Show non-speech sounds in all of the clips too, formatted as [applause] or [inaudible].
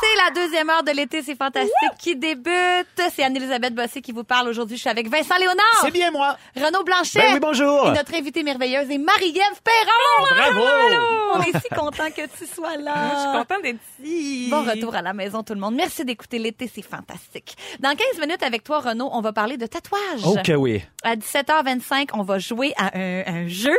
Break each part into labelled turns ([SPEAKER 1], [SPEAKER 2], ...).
[SPEAKER 1] C'est la deuxième heure de l'été, c'est fantastique, qui débute. C'est Anne-Elisabeth Bossé qui vous parle aujourd'hui. Je suis avec Vincent Léonard.
[SPEAKER 2] C'est bien moi.
[SPEAKER 1] Renaud Blanchet.
[SPEAKER 2] Ben oui, bonjour. Oh,
[SPEAKER 1] Et notre invitée merveilleuse est Marie-Ève Perron.
[SPEAKER 2] Bravo.
[SPEAKER 1] On est si content que tu sois là.
[SPEAKER 3] Je suis contente d'être ici.
[SPEAKER 1] Bon retour à la maison, tout le monde. Merci d'écouter l'été, c'est fantastique. Dans 15 minutes avec toi, Renaud, on va parler de tatouage.
[SPEAKER 2] Oh que oui.
[SPEAKER 1] À 17h25, on va jouer à un, un jeu,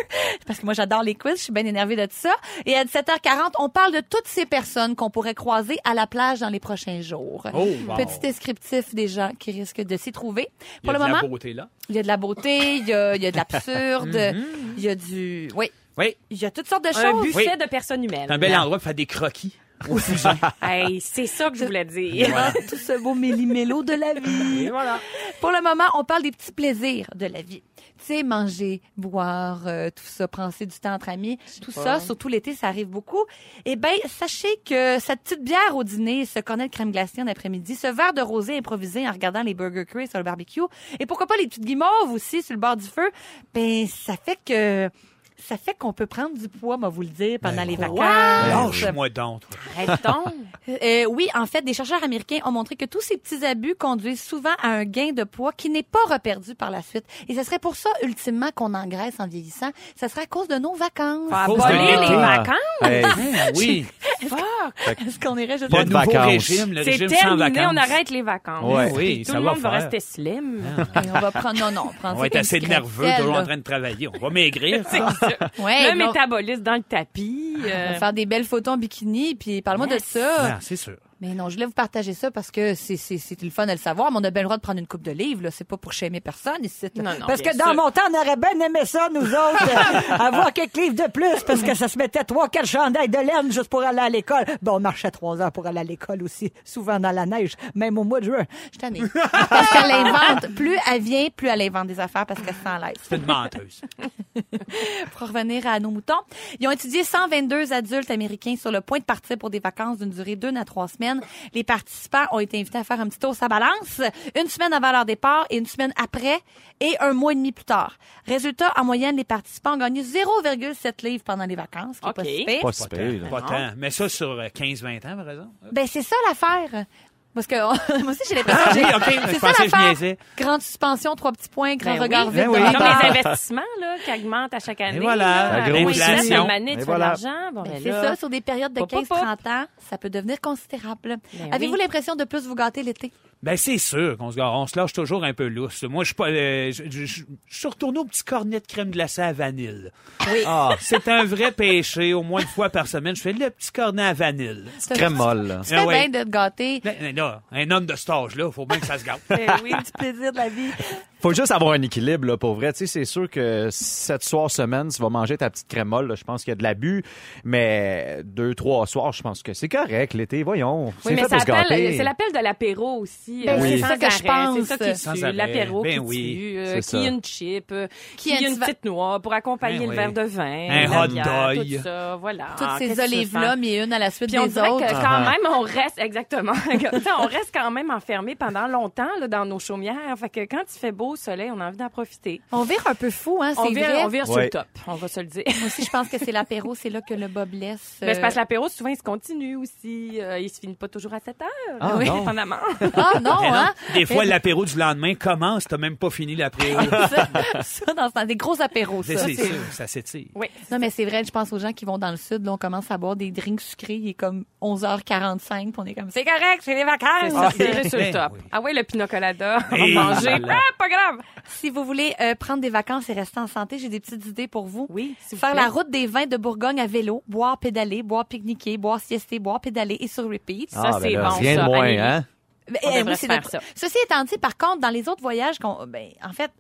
[SPEAKER 1] parce que moi, j'adore les quiz, je suis bien énervée de ça. Et à 17h40, on parle de toutes ces personnes qu'on pourrait croiser à la plage dans les prochains jours.
[SPEAKER 2] Oh, wow.
[SPEAKER 1] Petit descriptif des gens qui risquent de s'y trouver.
[SPEAKER 4] Il y
[SPEAKER 1] Pour
[SPEAKER 4] a
[SPEAKER 1] le
[SPEAKER 4] de
[SPEAKER 1] moment,
[SPEAKER 4] la beauté là.
[SPEAKER 1] il y a de la beauté, il y a, il y a de
[SPEAKER 4] [laughs]
[SPEAKER 1] l'absurde,
[SPEAKER 4] Mhm.
[SPEAKER 1] il y a du... Oui,
[SPEAKER 2] Oui.
[SPEAKER 1] il y a toutes sortes de
[SPEAKER 3] Un
[SPEAKER 1] choses.
[SPEAKER 3] buffet
[SPEAKER 2] Oui.
[SPEAKER 3] de personnes humaines.
[SPEAKER 4] C'est un bel endroit pour faire des croquis.
[SPEAKER 3] Hey, c'est ça que je voulais
[SPEAKER 4] [laughs]
[SPEAKER 3] dire.
[SPEAKER 1] Tout ce beau méli-mélo de la vie.
[SPEAKER 4] Et voilà.
[SPEAKER 1] Pour le moment, on parle des petits plaisirs de la vie. Tu sais, manger, boire, euh, tout ça, penser du temps entre amis, tout ça, surtout l'été, ça arrive beaucoup. Eh bien, sachez que cette petite bière au dîner, ce cornet de crème glacée en après-midi, ce verre de rosé improvisé en regardant les Burger Quiz sur le barbecue, et pourquoi pas les petites guimauves aussi sur le bord du feu, ben ça fait que... Ça fait qu'on peut prendre du poids, moi vous le dire, pendant les vacances.
[SPEAKER 4] Lâche-moi donc. toi.
[SPEAKER 3] Arrête donc.
[SPEAKER 1] Euh, oui, en fait, des chercheurs américains ont montré que tous ces petits abus conduisent souvent à un gain de poids qui n'est pas reperdu par la suite. Et ce serait pour ça, ultimement, qu'on engraisse en vieillissant. Ça serait à cause de nos vacances.
[SPEAKER 3] Faut
[SPEAKER 2] Fausse
[SPEAKER 3] abolir les
[SPEAKER 2] de l'état.
[SPEAKER 3] vacances.
[SPEAKER 2] Hey,
[SPEAKER 4] Oui.
[SPEAKER 1] [laughs] Est-ce qu'on irait juste...
[SPEAKER 2] Pas
[SPEAKER 4] Hein? Le
[SPEAKER 2] de
[SPEAKER 4] nouveau
[SPEAKER 2] vacances.
[SPEAKER 4] régime, le
[SPEAKER 3] C'est
[SPEAKER 4] régime sans
[SPEAKER 3] terminé,
[SPEAKER 4] vacances.
[SPEAKER 3] on arrête les vacances.
[SPEAKER 2] Ouais.
[SPEAKER 3] Puis
[SPEAKER 4] Oui,
[SPEAKER 3] tout
[SPEAKER 4] ça
[SPEAKER 3] le
[SPEAKER 4] va
[SPEAKER 3] monde va
[SPEAKER 4] faire. Ah.
[SPEAKER 3] rester slim.
[SPEAKER 1] Et on va prendre... Non, non, on prend
[SPEAKER 4] On va être assez nerveux, toujours en train de travailler. On va maigrir.
[SPEAKER 3] [laughs] C'est ça.
[SPEAKER 1] Ouais,
[SPEAKER 3] le
[SPEAKER 1] non.
[SPEAKER 3] métabolisme dans le tapis.
[SPEAKER 1] On
[SPEAKER 3] euh,
[SPEAKER 1] va faire des belles photos en bikini, puis parle-moi de ça.
[SPEAKER 4] Non, c'est sûr.
[SPEAKER 1] Mais non, je voulais vous partager ça parce que c'est- c'est c'est le fun à le savoir, mais on a bien le droit de prendre une coupe de livres, là. C'est pas pour chémer personne ici. là.
[SPEAKER 3] Non, non,
[SPEAKER 5] Parce
[SPEAKER 3] bien
[SPEAKER 5] que dans
[SPEAKER 3] sûr.
[SPEAKER 5] mon temps, on aurait bien aimé ça,
[SPEAKER 3] [laughs]
[SPEAKER 5] nous autres, euh, avoir quelques livres de plus, parce que ça se mettait trois, quatre chandails de laine juste pour aller à l'école. Bon, on marchait trois heures pour aller à l'école aussi, souvent dans la neige, même au mois de juin.
[SPEAKER 1] Je suis tannée. Parce qu'elle invente. Plus elle vient, plus elle invente des affaires parce qu'elle se sent à l'aise.
[SPEAKER 4] C'est une menteuse.
[SPEAKER 1] pour revenir à nos moutons. Ils ont étudié 122 adultes américains sur le point de partir pour des vacances d'une durée d'une à trois semaines. Les participants ont été invités à faire un petit tour sa balance une semaine avant leur départ et une semaine après et un mois et demi plus tard. Résultat, en moyenne, les participants ont gagné 0,7 livres pendant les vacances, ce qui est pas
[SPEAKER 3] OK.
[SPEAKER 1] si pire.
[SPEAKER 2] Pas si pire, là.
[SPEAKER 4] Pas tant. Mais ça, sur euh, 15-20 ans, par exemple.
[SPEAKER 1] Ben, c'est ça l'affaire. Parce que [laughs] moi aussi,
[SPEAKER 4] [laughs]
[SPEAKER 1] j'ai l'impression que j'ai...
[SPEAKER 4] Ah oui, OK,
[SPEAKER 1] c'est ça
[SPEAKER 4] je pensais que je
[SPEAKER 1] l'affaire.
[SPEAKER 4] niaisais.
[SPEAKER 1] Grande suspension, trois petits points, grand
[SPEAKER 3] Ben
[SPEAKER 1] regard
[SPEAKER 3] oui.
[SPEAKER 1] vite
[SPEAKER 2] Ben
[SPEAKER 1] dans
[SPEAKER 2] oui.
[SPEAKER 1] la
[SPEAKER 3] Comme
[SPEAKER 1] barre.
[SPEAKER 3] les investissements là, qui augmentent à chaque année.
[SPEAKER 4] voilà.
[SPEAKER 3] là,
[SPEAKER 2] La
[SPEAKER 3] à
[SPEAKER 2] grosse
[SPEAKER 3] chaque année,
[SPEAKER 2] inflation.
[SPEAKER 3] à l'année, tu
[SPEAKER 2] Et
[SPEAKER 3] fais de
[SPEAKER 2] voilà.
[SPEAKER 3] l'argent. Bon,
[SPEAKER 1] Ben,
[SPEAKER 3] ben
[SPEAKER 1] c'est
[SPEAKER 3] là,
[SPEAKER 1] ça, sur des périodes de
[SPEAKER 3] Pop, pop,
[SPEAKER 1] 15-30
[SPEAKER 3] pop.
[SPEAKER 1] ans, ça peut devenir considérable.
[SPEAKER 3] Ben
[SPEAKER 1] Avez-vous
[SPEAKER 3] oui.
[SPEAKER 1] l'impression de plus vous gâter l'été?
[SPEAKER 4] Ben, c'est sûr qu'on se, on se lâche toujours un peu lousse. Moi, je suis pas, euh, je, je- je- je suis retourné au petit cornet de crème glacée à vanille.
[SPEAKER 2] Ah,
[SPEAKER 4] C'est un vrai péché. Au moins une fois par semaine, je fais le petit cornet à vanille.
[SPEAKER 1] C'est
[SPEAKER 2] crème molle, là.
[SPEAKER 1] Tu
[SPEAKER 4] Ah
[SPEAKER 1] fais
[SPEAKER 4] ouais.
[SPEAKER 1] bien de te gâter.
[SPEAKER 3] Ah,
[SPEAKER 4] Là, là, un homme de stage, là, faut bien que ça se gâte.
[SPEAKER 3] ben oui, tu-
[SPEAKER 1] Plaisir de la vie.
[SPEAKER 2] Faut juste avoir un équilibre, là, pour vrai. Tu sais, c'est sûr que cette soir semaine, tu vas manger ta petite crème molle, là. Je pense qu'il y a de l'abus. Mais deux, trois soirs, je pense que c'est correct, l'été. Voyons.
[SPEAKER 3] Oui,
[SPEAKER 2] c'est
[SPEAKER 3] mais
[SPEAKER 2] fait
[SPEAKER 3] ça
[SPEAKER 2] pour se
[SPEAKER 3] appelle-
[SPEAKER 2] gâter.
[SPEAKER 3] c'est l'appel de l'apéro aussi.
[SPEAKER 1] Ben,
[SPEAKER 3] euh,
[SPEAKER 2] c'est
[SPEAKER 3] sans
[SPEAKER 1] ça que je
[SPEAKER 3] arrêt.
[SPEAKER 1] pense.
[SPEAKER 3] C'est ça
[SPEAKER 4] Sans
[SPEAKER 3] qui tue.
[SPEAKER 4] arrêt.
[SPEAKER 3] L'apéro
[SPEAKER 4] Ben
[SPEAKER 3] qui
[SPEAKER 4] oui,
[SPEAKER 3] tue. euh,
[SPEAKER 2] c'est
[SPEAKER 3] qui
[SPEAKER 2] ça.
[SPEAKER 3] une chip, euh,
[SPEAKER 1] Qui
[SPEAKER 3] qui,
[SPEAKER 1] un
[SPEAKER 3] une
[SPEAKER 1] petit va-
[SPEAKER 3] petite noix pour accompagner
[SPEAKER 4] Ben
[SPEAKER 3] le
[SPEAKER 4] oui.
[SPEAKER 3] verre de vin.
[SPEAKER 4] Un
[SPEAKER 3] la
[SPEAKER 4] hot
[SPEAKER 3] bière,
[SPEAKER 4] dog.
[SPEAKER 3] Tout ça, voilà.
[SPEAKER 1] Toutes
[SPEAKER 3] Qu'est-ce
[SPEAKER 1] ces
[SPEAKER 3] que tu
[SPEAKER 1] olives-là,
[SPEAKER 3] fais?
[SPEAKER 1] mais une à la suite
[SPEAKER 3] Puis on
[SPEAKER 1] des
[SPEAKER 3] dirait que
[SPEAKER 1] autres.
[SPEAKER 3] quand
[SPEAKER 2] Ah.
[SPEAKER 3] même, on reste, exactement, [laughs] Tu sais, on reste quand même enfermé pendant longtemps là, dans nos chaumières. Fait que quand il fait beau au soleil, on a envie d'en profiter.
[SPEAKER 1] On vire un peu fou, hein,
[SPEAKER 3] On
[SPEAKER 1] c'est
[SPEAKER 3] vire,
[SPEAKER 1] vrai. Euh,
[SPEAKER 3] on vire sur
[SPEAKER 2] Ouais.
[SPEAKER 3] le top, on va se le dire.
[SPEAKER 1] Moi aussi, je pense que c'est l'apéro, c'est là que le bas blesse.
[SPEAKER 3] Mais Ben, c'est parce que
[SPEAKER 1] Euh,
[SPEAKER 3] l'apéro, souvent, il se continue aussi. Euh, il se finit pas toujours à 7 heures.
[SPEAKER 2] Ah,
[SPEAKER 3] oui, [laughs]
[SPEAKER 2] non. [laughs]
[SPEAKER 3] dépendamment.
[SPEAKER 1] Ah
[SPEAKER 3] [laughs]
[SPEAKER 1] non,
[SPEAKER 4] Mais non,
[SPEAKER 1] hein?
[SPEAKER 4] Des fois, l'apéro du lendemain commence, t'as même pas fini l'apéro.
[SPEAKER 1] Ça, ça, dans, dans des gros apéros,
[SPEAKER 4] C'est
[SPEAKER 1] Ah, ça.
[SPEAKER 4] c'est
[SPEAKER 1] c'est-
[SPEAKER 4] sûr, ça s'étire.
[SPEAKER 3] Oui.
[SPEAKER 1] Non, mais c'est vrai, je pense aux gens qui vont dans le sud, là, on commence à boire des drinks sucrés, il est comme 11h45, puis on est comme, c'est correct, c'est les vacances!
[SPEAKER 3] Ça, c'est sur le
[SPEAKER 4] Ben
[SPEAKER 3] top.
[SPEAKER 4] oui.
[SPEAKER 3] Ah ouais, le pinot colada. On va
[SPEAKER 4] Hey,
[SPEAKER 3] manger.
[SPEAKER 4] là, là.
[SPEAKER 3] Ah, pas grave.
[SPEAKER 1] Si vous voulez euh, prendre des vacances et rester en santé, j'ai des petites idées pour vous.
[SPEAKER 3] Oui, s'il vous
[SPEAKER 1] Faire
[SPEAKER 3] plaît.
[SPEAKER 1] la route des vins de Bourgogne à vélo, boire, pédaler, boire, pique-niquer, boire, siester, boire, pédaler et sur repeat.
[SPEAKER 2] Ah,
[SPEAKER 3] Ça,
[SPEAKER 2] ben
[SPEAKER 3] c'est
[SPEAKER 2] là,
[SPEAKER 3] bon,
[SPEAKER 2] Rien
[SPEAKER 3] ça.
[SPEAKER 2] de moins,
[SPEAKER 3] Allez.
[SPEAKER 2] hein?
[SPEAKER 1] Ben,
[SPEAKER 3] On devrait
[SPEAKER 1] c'est
[SPEAKER 3] faire
[SPEAKER 1] notre-
[SPEAKER 3] ça.
[SPEAKER 1] Ceci étant dit, par contre, dans les autres voyages qu'on, ben, en fait,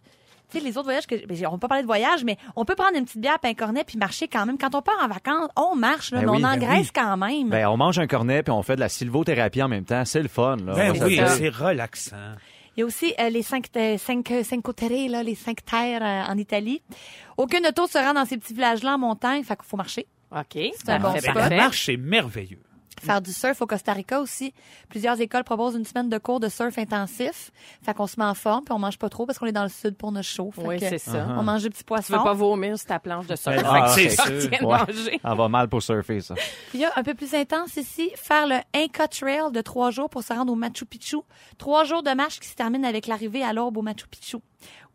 [SPEAKER 1] tu sais, les autres voyages que, ben, j'ai- on peut pas parler de voyage, mais on peut prendre une petite bière, puis un cornet, puis marcher quand même. Quand on part en vacances, on marche, là,
[SPEAKER 2] Ben
[SPEAKER 1] mais
[SPEAKER 2] oui,
[SPEAKER 1] on
[SPEAKER 2] ben
[SPEAKER 1] engraisse
[SPEAKER 2] oui.
[SPEAKER 1] quand même.
[SPEAKER 2] Ben, on mange un cornet puis on fait de la sylvothérapie en même temps. C'est le fun, là.
[SPEAKER 4] Ben
[SPEAKER 2] On va se
[SPEAKER 4] oui,
[SPEAKER 2] le dire.
[SPEAKER 4] c'est relaxant.
[SPEAKER 1] Il y a aussi euh, les cinq, euh, cinq, euh, cinq terre, là, les cinq terres euh, en Italie. Aucune auto se rend dans ces petits villages-là en montagne, fait qu'il faut marcher.
[SPEAKER 3] OK.
[SPEAKER 1] un bon
[SPEAKER 3] parfait,
[SPEAKER 1] spot.
[SPEAKER 4] La
[SPEAKER 3] parfait.
[SPEAKER 4] marche, c'est merveilleux.
[SPEAKER 1] Faire du surf au Costa Rica aussi. Plusieurs écoles proposent une semaine de cours de surf intensif. Fait qu'on se met en forme, puis on mange pas trop parce qu'on est dans le sud pour notre chaud. Fait
[SPEAKER 3] Oui,
[SPEAKER 1] que
[SPEAKER 3] c'est ça.
[SPEAKER 1] On mange des petits
[SPEAKER 3] Tu
[SPEAKER 1] poissons.
[SPEAKER 3] veux pas vomir sur ta planche de surf.
[SPEAKER 4] Ah,
[SPEAKER 3] Fait que
[SPEAKER 4] c'est
[SPEAKER 3] ça
[SPEAKER 4] sûr.
[SPEAKER 3] tient de
[SPEAKER 2] Ouais.
[SPEAKER 3] manger.
[SPEAKER 2] Elle va mal pour surfer, ça.
[SPEAKER 1] Il y a un peu plus intense ici, faire le Inca Trail de trois jours pour se rendre au Machu Picchu. Trois jours de marche qui se terminent avec l'arrivée à l'aube au Machu Picchu.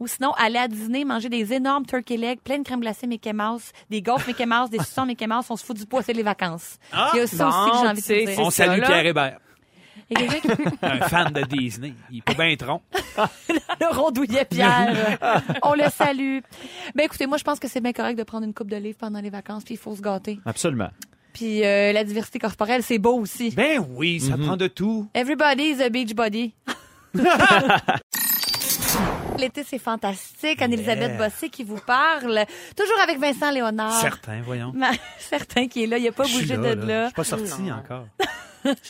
[SPEAKER 1] Ou sinon, aller à dîner, manger des énormes turkey legs, pleines de crème glacée Mickey Mouse, des gaufres Mickey Mouse,
[SPEAKER 3] [laughs]
[SPEAKER 1] des saucissons Mickey Mouse. On se fout du poids, c'est les vacances. Il y a ça aussi que j'ai
[SPEAKER 3] Ah, bon,
[SPEAKER 1] envie de
[SPEAKER 3] c'est-
[SPEAKER 1] te dire.
[SPEAKER 4] On
[SPEAKER 3] ça,
[SPEAKER 4] salue
[SPEAKER 3] là.
[SPEAKER 4] Pierre Hébert,
[SPEAKER 1] Il y a quelqu'un qui-
[SPEAKER 4] un fan de Disney. Il est pas bien tronc.
[SPEAKER 1] le rondouillet
[SPEAKER 4] [laughs]
[SPEAKER 1] Pierre. on le salue. Ben écoutez, moi je pense que c'est bien correct de prendre une coupe de livres pendant les vacances, puis il faut se gâter.
[SPEAKER 2] Absolument.
[SPEAKER 1] Puis euh, la diversité corporelle, c'est beau aussi.
[SPEAKER 4] Ben oui, ça prend de tout.
[SPEAKER 1] Everybody is a beach
[SPEAKER 4] [laughs]
[SPEAKER 1] body. L'été, c'est fantastique. Anne-Elisabeth Bossé qui vous parle. Toujours avec Vincent Léonard.
[SPEAKER 4] Certain, voyons.
[SPEAKER 1] Ma- [laughs] Certain qui est là. Il n'a pas
[SPEAKER 4] Je suis
[SPEAKER 1] bougé
[SPEAKER 4] là,
[SPEAKER 1] de
[SPEAKER 4] là. Je
[SPEAKER 1] là.
[SPEAKER 4] suis pas sorti encore.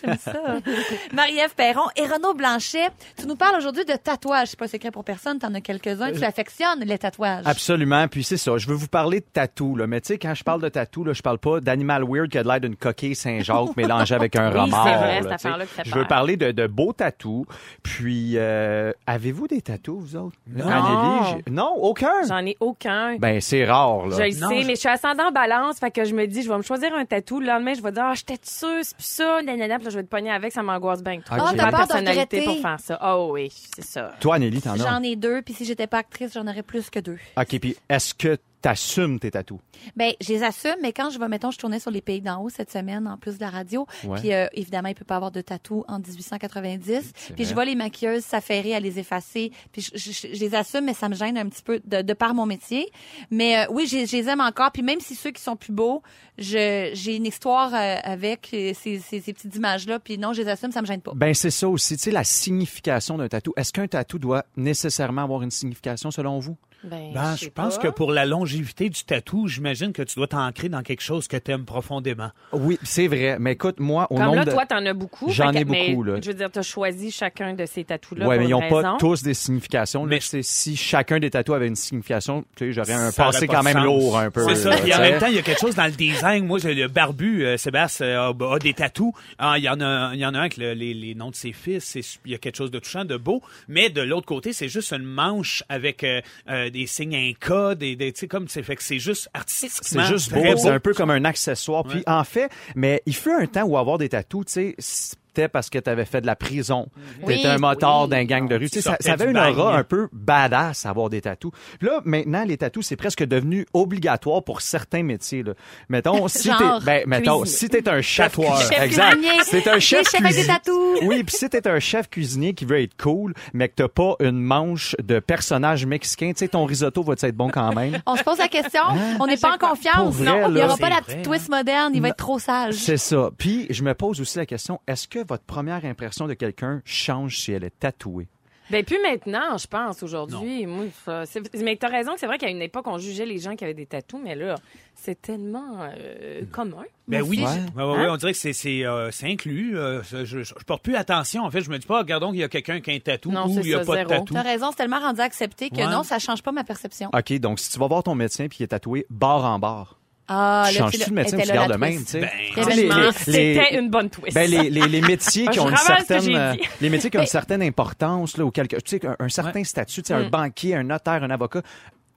[SPEAKER 1] J'aime ça. [laughs] Marie-Ève Perron et Renaud Blanchet. Tu nous parles aujourd'hui de tatouages. C'est pas secret pour personne. T'en as quelques-uns.
[SPEAKER 4] Euh.
[SPEAKER 1] Tu affectionnes les tatouages.
[SPEAKER 2] Absolument. Puis c'est ça. Je veux vous parler de tatou, là. Mais tu sais, quand je parle de tatou, là, je parle pas d'animal weird qui a de l'air d'une
[SPEAKER 3] [laughs]
[SPEAKER 2] coquille Saint-Jacques mélangée avec un
[SPEAKER 3] Oui,
[SPEAKER 2] remords.
[SPEAKER 3] c'est vrai, cette
[SPEAKER 2] là, tu sais.
[SPEAKER 3] affaire-là qui fait
[SPEAKER 2] je
[SPEAKER 3] peur.
[SPEAKER 2] veux parler de, de beaux tatous. Puis, euh, avez-vous des tatous, vous autres? Non. Non, aucun.
[SPEAKER 3] J'en ai aucun.
[SPEAKER 2] Ben, c'est rare,
[SPEAKER 3] Je
[SPEAKER 2] là.
[SPEAKER 3] le sais, mais je suis ascendant en balance, fait que je me dis, je vais me choisir un tatou. Le lendemain, je vais dire, ah, j'étais sûre, c'est plus ça, nanana, puis là, je vais te pogner avec, ça m'angoisse bien.
[SPEAKER 2] Ah,
[SPEAKER 3] J'ai
[SPEAKER 2] t'as
[SPEAKER 3] ma
[SPEAKER 1] peur de
[SPEAKER 3] personnalité
[SPEAKER 1] regretter.
[SPEAKER 3] pour faire ça. Ah oui, c'est ça.
[SPEAKER 2] Toi, Anélie, t'en as?
[SPEAKER 1] J'en ai deux, puis si j'étais pas actrice, j'en aurais plus que deux.
[SPEAKER 2] OK, puis est-ce que t'assumes tes tatous?
[SPEAKER 1] Ben, je les assume, mais quand je vais, mettons, je tournais sur les pays d'en haut cette semaine, en plus de la radio,
[SPEAKER 2] Ouais.
[SPEAKER 1] puis euh, évidemment, il peut pas avoir de tatou en 1890, puis je
[SPEAKER 2] vrai.
[SPEAKER 1] vois les maquilleuses s'affairer à les effacer, puis je, je- je- je les assume, mais ça me gêne un petit peu de, de par mon métier. Mais euh, oui, je, je les aime encore, puis même si ceux qui sont plus beaux, je- j'ai une histoire euh, avec euh, ces, ces- ces petites images-là, puis non, je les assume, ça me gêne pas.
[SPEAKER 2] Ben, c'est ça aussi. Tu sais, la signification d'un tatou. Est-ce qu'un tatou doit nécessairement avoir une signification, selon vous?
[SPEAKER 3] Ben,
[SPEAKER 4] Ben, je
[SPEAKER 3] sais
[SPEAKER 4] pense
[SPEAKER 3] pas.
[SPEAKER 4] que pour la longévité du tatou, j'imagine que tu dois t'ancrer dans quelque chose que t'aimes profondément.
[SPEAKER 2] Oui, c'est vrai. Mais écoute, moi, au
[SPEAKER 3] Comme
[SPEAKER 2] nombre
[SPEAKER 3] là,
[SPEAKER 2] de...
[SPEAKER 3] toi, t'en as beaucoup.
[SPEAKER 2] J'en
[SPEAKER 3] fait
[SPEAKER 2] ai
[SPEAKER 3] que- mais
[SPEAKER 2] beaucoup, là.
[SPEAKER 3] Je veux dire, t'as choisi chacun de ces tatous-là.
[SPEAKER 2] ouais,
[SPEAKER 3] pour
[SPEAKER 2] mais ils
[SPEAKER 3] une
[SPEAKER 2] n'ont pas
[SPEAKER 3] raison.
[SPEAKER 2] tous des significations.
[SPEAKER 4] Mais-
[SPEAKER 2] Mais c'est si chacun des tatous avait une signification, tu sais, j'aurais un
[SPEAKER 4] Ça aurait
[SPEAKER 2] passé
[SPEAKER 4] pas
[SPEAKER 2] quand
[SPEAKER 4] de
[SPEAKER 2] même
[SPEAKER 4] sens.
[SPEAKER 2] lourd un peu.
[SPEAKER 4] C'est ça.
[SPEAKER 2] là,
[SPEAKER 4] Puis en
[SPEAKER 2] tu sais.
[SPEAKER 4] même temps, il y a quelque chose dans le design. Moi, j'ai le barbu, euh, Sébastien, euh, a, a des tatous. Ah, Il y, en a- il y en a un avec le- les, les noms de ses fils. C'est- Il y a quelque chose de touchant, de beau. Mais de l'autre côté, c'est juste une manche avec euh, euh, des signes incas, des, des, tu sais, comme c'est fait que c'est juste artistiquement.
[SPEAKER 2] C'est juste beau,
[SPEAKER 4] très
[SPEAKER 2] c'est un peu comme un accessoire. Puis en fait, mais il fut un temps où avoir des tatous, tu sais, c'était parce que tu avais fait de la prison.
[SPEAKER 3] Oui,
[SPEAKER 2] T'étais un moteur
[SPEAKER 3] oui.
[SPEAKER 2] d'un gang de rue. Tu sais,
[SPEAKER 4] Tu
[SPEAKER 2] ça,
[SPEAKER 4] sortais
[SPEAKER 2] ça avait
[SPEAKER 4] du
[SPEAKER 2] une
[SPEAKER 4] bagne.
[SPEAKER 2] aura un peu badass avoir des tatous. Puis là, maintenant, les tatous, c'est presque devenu obligatoire pour certains métiers. Là. Mettons, si
[SPEAKER 1] Genre,
[SPEAKER 2] t'es ben, mettons,
[SPEAKER 1] cuisine.
[SPEAKER 2] si t'es un chef,
[SPEAKER 1] Chef
[SPEAKER 2] exact.
[SPEAKER 1] cuisinier.
[SPEAKER 2] C'est un chef,
[SPEAKER 1] Les chefs avec des
[SPEAKER 2] cuisinier.
[SPEAKER 1] tatous.
[SPEAKER 2] Oui, puis si t'es un chef cuisinier qui veut être cool, mais que t'as pas une manche de personnage mexicain, tu sais, ton risotto va être bon quand même.
[SPEAKER 1] On se pose la question, on n'est pas en
[SPEAKER 2] Ah. Pour
[SPEAKER 1] confiance,
[SPEAKER 2] vrai,
[SPEAKER 1] non, il n'y
[SPEAKER 2] là,
[SPEAKER 1] aura
[SPEAKER 4] c'est
[SPEAKER 1] pas la
[SPEAKER 4] vrai,
[SPEAKER 1] petite
[SPEAKER 4] hein.
[SPEAKER 1] twist moderne, il va être trop sage.
[SPEAKER 2] C'est ça. Puis je me pose aussi la question est-ce que votre première impression de quelqu'un change si elle est tatouée
[SPEAKER 3] Ben, plus maintenant, je pense, aujourd'hui. Moi, ça- c'est- Mais t'as raison que c'est vrai qu'à une époque, on jugeait les gens qui avaient des tatous, mais là, c'est tellement euh, commun.
[SPEAKER 4] Ben oui,
[SPEAKER 2] Ouais.
[SPEAKER 4] Ouais, ouais, ouais, on dirait que c'est c'est euh, c'est inclus. euh, ça, je, je porte plus attention. En fait, je me dis pas, regardons qu'il y a quelqu'un qui a un tatou
[SPEAKER 3] Non,
[SPEAKER 4] ou
[SPEAKER 3] c'est
[SPEAKER 4] il y a
[SPEAKER 3] ça,
[SPEAKER 4] pas
[SPEAKER 3] zéro.
[SPEAKER 4] de tatou.
[SPEAKER 1] T'as raison, c'est tellement rendu accepté que
[SPEAKER 4] Ouais.
[SPEAKER 1] non, ça change pas ma perception.
[SPEAKER 2] OK, donc si tu vas voir ton médecin puis il est tatoué barre en barre,
[SPEAKER 1] Ah,
[SPEAKER 2] tu changes-tu de médecin ou tu gardes le même, tu sais?
[SPEAKER 4] Ben,
[SPEAKER 2] Tu sais,
[SPEAKER 3] Franchement,
[SPEAKER 2] les-
[SPEAKER 3] c'était une bonne twist. Ah,
[SPEAKER 2] Ben, les, les, les métiers qui
[SPEAKER 3] Je
[SPEAKER 2] ont une
[SPEAKER 3] ramasse ce que
[SPEAKER 2] certaine
[SPEAKER 3] j'ai
[SPEAKER 2] euh,
[SPEAKER 3] dit.
[SPEAKER 2] les métiers
[SPEAKER 3] [laughs]
[SPEAKER 2] qui ont une certaine importance là ou quelque tu sais un, un certain statut, tu sais,
[SPEAKER 1] Mm.
[SPEAKER 2] un banquier, un notaire, un avocat,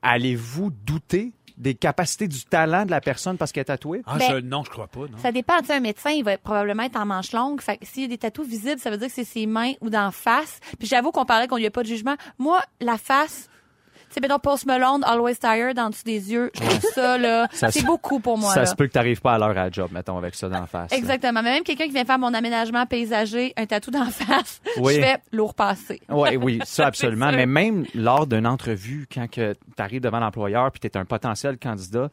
[SPEAKER 2] allez-vous douter des capacités du talent de la personne parce qu'elle est tatouée
[SPEAKER 4] Ah,
[SPEAKER 1] Ben-
[SPEAKER 4] je- non, je crois pas. Non.
[SPEAKER 1] Ça dépend, tu sais, un médecin, il va être- probablement être en manche longue. Fait que s'il y a des tatous visibles, ça veut dire que c'est ses mains ou d'en face. Puis j'avoue qu'on parlait qu'on n'y a pas de jugement. Moi, la face, tu sais, mettons, Post Malone, Always Tired, en dessous des yeux, je trouve ça, là,
[SPEAKER 2] [laughs] Ça
[SPEAKER 1] c'est
[SPEAKER 2] se-
[SPEAKER 1] beaucoup pour moi,
[SPEAKER 2] Ça
[SPEAKER 1] là.
[SPEAKER 2] se peut que t'arrives pas à l'heure à la job mettons avec ça d'en face. là.
[SPEAKER 1] Exactement. Mais même quelqu'un qui vient faire mon aménagement paysager, un tatou d'en [laughs] face,
[SPEAKER 2] Oui.
[SPEAKER 1] je fais lourd passé.
[SPEAKER 4] [laughs]
[SPEAKER 2] Oui, oui, ça absolument.
[SPEAKER 3] sûr.
[SPEAKER 2] Mais même lors d'une entrevue, quand tu arrives devant l'employeur puis tu es un potentiel candidat,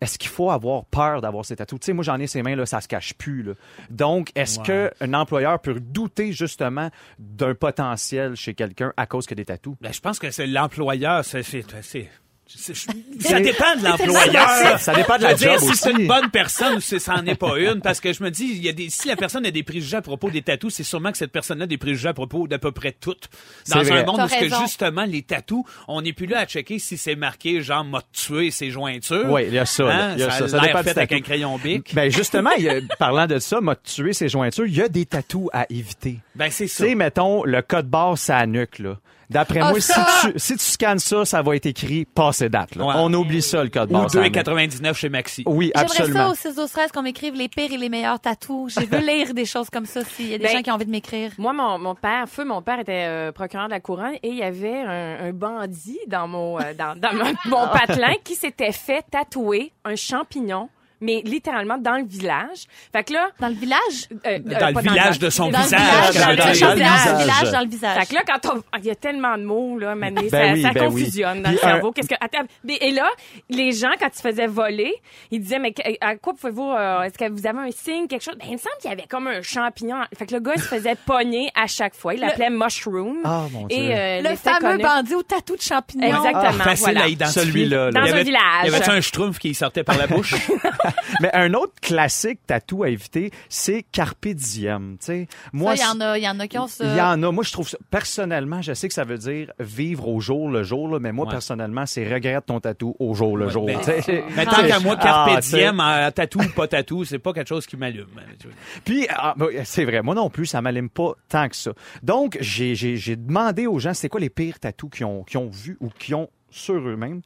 [SPEAKER 2] est-ce qu'il faut avoir peur d'avoir ces tatous? Tu sais, moi, j'en ai ces mains, là, ça se cache plus. là. Donc, est-ce que qu'un employeur peut douter justement d'un potentiel chez quelqu'un à cause que des tatous?
[SPEAKER 4] Ben, je pense que c'est l'employeur, c'est, c'est, c'est- C'est-
[SPEAKER 3] [laughs]
[SPEAKER 4] Ça dépend de l'employeur.
[SPEAKER 2] Ça- ça dépend de la
[SPEAKER 4] Je veux dire,
[SPEAKER 2] job
[SPEAKER 4] Si
[SPEAKER 2] aussi.
[SPEAKER 4] c'est une bonne personne ou si ça n'en est pas une, parce que je me dis, il y a des, si la personne a des préjugés à propos des tatous, c'est sûrement que cette personne-là a des préjugés à propos d'à peu près toutes. Dans
[SPEAKER 2] C'est
[SPEAKER 4] un
[SPEAKER 2] vrai.
[SPEAKER 4] monde
[SPEAKER 1] T'as
[SPEAKER 4] où ce que
[SPEAKER 1] raison.
[SPEAKER 4] justement les tatous, on n'est plus là à checker si c'est marqué genre m'a tué ses jointures.
[SPEAKER 2] Oui, il y a ça. là.
[SPEAKER 4] Hein,
[SPEAKER 2] Il y a ça.
[SPEAKER 4] a
[SPEAKER 2] Ça
[SPEAKER 4] l'air
[SPEAKER 2] dépend
[SPEAKER 4] fait
[SPEAKER 2] du
[SPEAKER 4] avec
[SPEAKER 2] tatou.
[SPEAKER 4] un crayon bic.
[SPEAKER 2] Ben justement, il
[SPEAKER 4] [laughs]
[SPEAKER 2] y a- parlant de ça, m'a tué ses jointures. Il y a des tatous à éviter.
[SPEAKER 4] Ben c'est
[SPEAKER 2] Tu
[SPEAKER 4] ça.
[SPEAKER 2] sais, mettons, le code barre, c'est à la nuque, là. D'après
[SPEAKER 1] Ah,
[SPEAKER 2] moi, si
[SPEAKER 1] ça!
[SPEAKER 2] tu, si tu scannes ça, ça va être écrit passé date. là.
[SPEAKER 4] Ouais.
[SPEAKER 2] On oublie ça, le code
[SPEAKER 4] Ou
[SPEAKER 2] barre. c'est à la nuque.
[SPEAKER 4] 2,99 chez Maxi.
[SPEAKER 2] Oui,
[SPEAKER 1] J'aimerais ça
[SPEAKER 2] absolument.
[SPEAKER 1] au 6 13 qu'on m'écrive les pires et les meilleurs tatous. Je veux lire des choses comme ça s'il y a des
[SPEAKER 3] Ben,
[SPEAKER 1] gens qui ont envie de m'écrire.
[SPEAKER 3] [laughs] Moi, mon, mon père, feu, mon père était euh, procureur de la couronne et il y avait un, un bandit dans mon euh, dans, dans mon, mon patelin qui s'était fait tatouer un champignon, mais littéralement dans le village. Fait que là,
[SPEAKER 1] Dans le village?
[SPEAKER 3] euh, euh,
[SPEAKER 4] dans
[SPEAKER 3] pas
[SPEAKER 4] le village de son
[SPEAKER 1] Dans le
[SPEAKER 4] visage.
[SPEAKER 1] village, dans le
[SPEAKER 2] dans
[SPEAKER 1] village,
[SPEAKER 2] le
[SPEAKER 1] dans le
[SPEAKER 2] visage.
[SPEAKER 1] village, dans le
[SPEAKER 4] Ah,
[SPEAKER 1] visage.
[SPEAKER 3] Fait que là, quand on... Ah, Il y a tellement de mots, là, Mané,
[SPEAKER 2] Ben
[SPEAKER 3] ça,
[SPEAKER 2] oui,
[SPEAKER 3] ça
[SPEAKER 2] ben
[SPEAKER 3] confusionne
[SPEAKER 2] oui.
[SPEAKER 3] dans le
[SPEAKER 2] Puis un-
[SPEAKER 3] cerveau. Qu'est-ce que... Attends, mais- et là, les gens, quand ils se faisaient voler, ils disaient, mais que- à quoi pouvez-vous... euh, Est-ce que vous avez un signe, quelque chose? Ben, il me semble qu'il y avait comme un champignon. Fait que le gars, il se faisait [laughs] pogner à chaque fois. Il l'appelait Mushroom.
[SPEAKER 2] Ah, mon Dieu.
[SPEAKER 3] Et, euh,
[SPEAKER 1] le
[SPEAKER 3] les
[SPEAKER 1] fameux
[SPEAKER 3] inconnus-
[SPEAKER 1] bandit au tatou de champignons.
[SPEAKER 2] Ah,
[SPEAKER 3] Exactement,
[SPEAKER 4] Ah, Facile
[SPEAKER 3] voilà.
[SPEAKER 4] à identifier.
[SPEAKER 2] Celui-là, là.
[SPEAKER 3] Dans
[SPEAKER 4] Il y
[SPEAKER 3] un
[SPEAKER 4] avait-
[SPEAKER 3] village.
[SPEAKER 4] Il y avait un schtroumpf qui sortait par la
[SPEAKER 2] [laughs]
[SPEAKER 4] bouche.
[SPEAKER 2] [laughs] Mais un autre classique tatou à éviter, c'est Carpe Diem. tu sais. Moi,
[SPEAKER 1] Ça, il y en a, il y en a qui ont ça.
[SPEAKER 2] Il y en a. Moi, je trouve ça. Personnellement, je sais que ça veut dire vivre au jour le jour, là, mais moi,
[SPEAKER 4] Ouais.
[SPEAKER 2] personnellement, c'est regrette ton tatou au jour le jour.
[SPEAKER 4] ben,
[SPEAKER 2] tu [laughs] sais.
[SPEAKER 4] Mais tant qu'à moi, carpe
[SPEAKER 2] Ah, tu sais.
[SPEAKER 4] diem, euh, tatou ou pas tatou, c'est pas quelque chose qui m'allume. hein,
[SPEAKER 2] Puis, ah, ben, c'est vrai, moi non plus, ça m'allume pas tant que ça. Donc, j'ai, j'ai- j'ai demandé aux gens, c'est quoi les pires tatous qu'ils ont, qu'ils ont vus ou qu'ils ont sur eux-mêmes?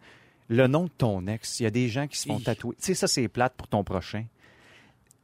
[SPEAKER 2] Le nom de ton ex. Il y a des gens qui se font
[SPEAKER 4] Hi.
[SPEAKER 2] tatouer. Tu sais, ça, c'est plate pour ton prochain.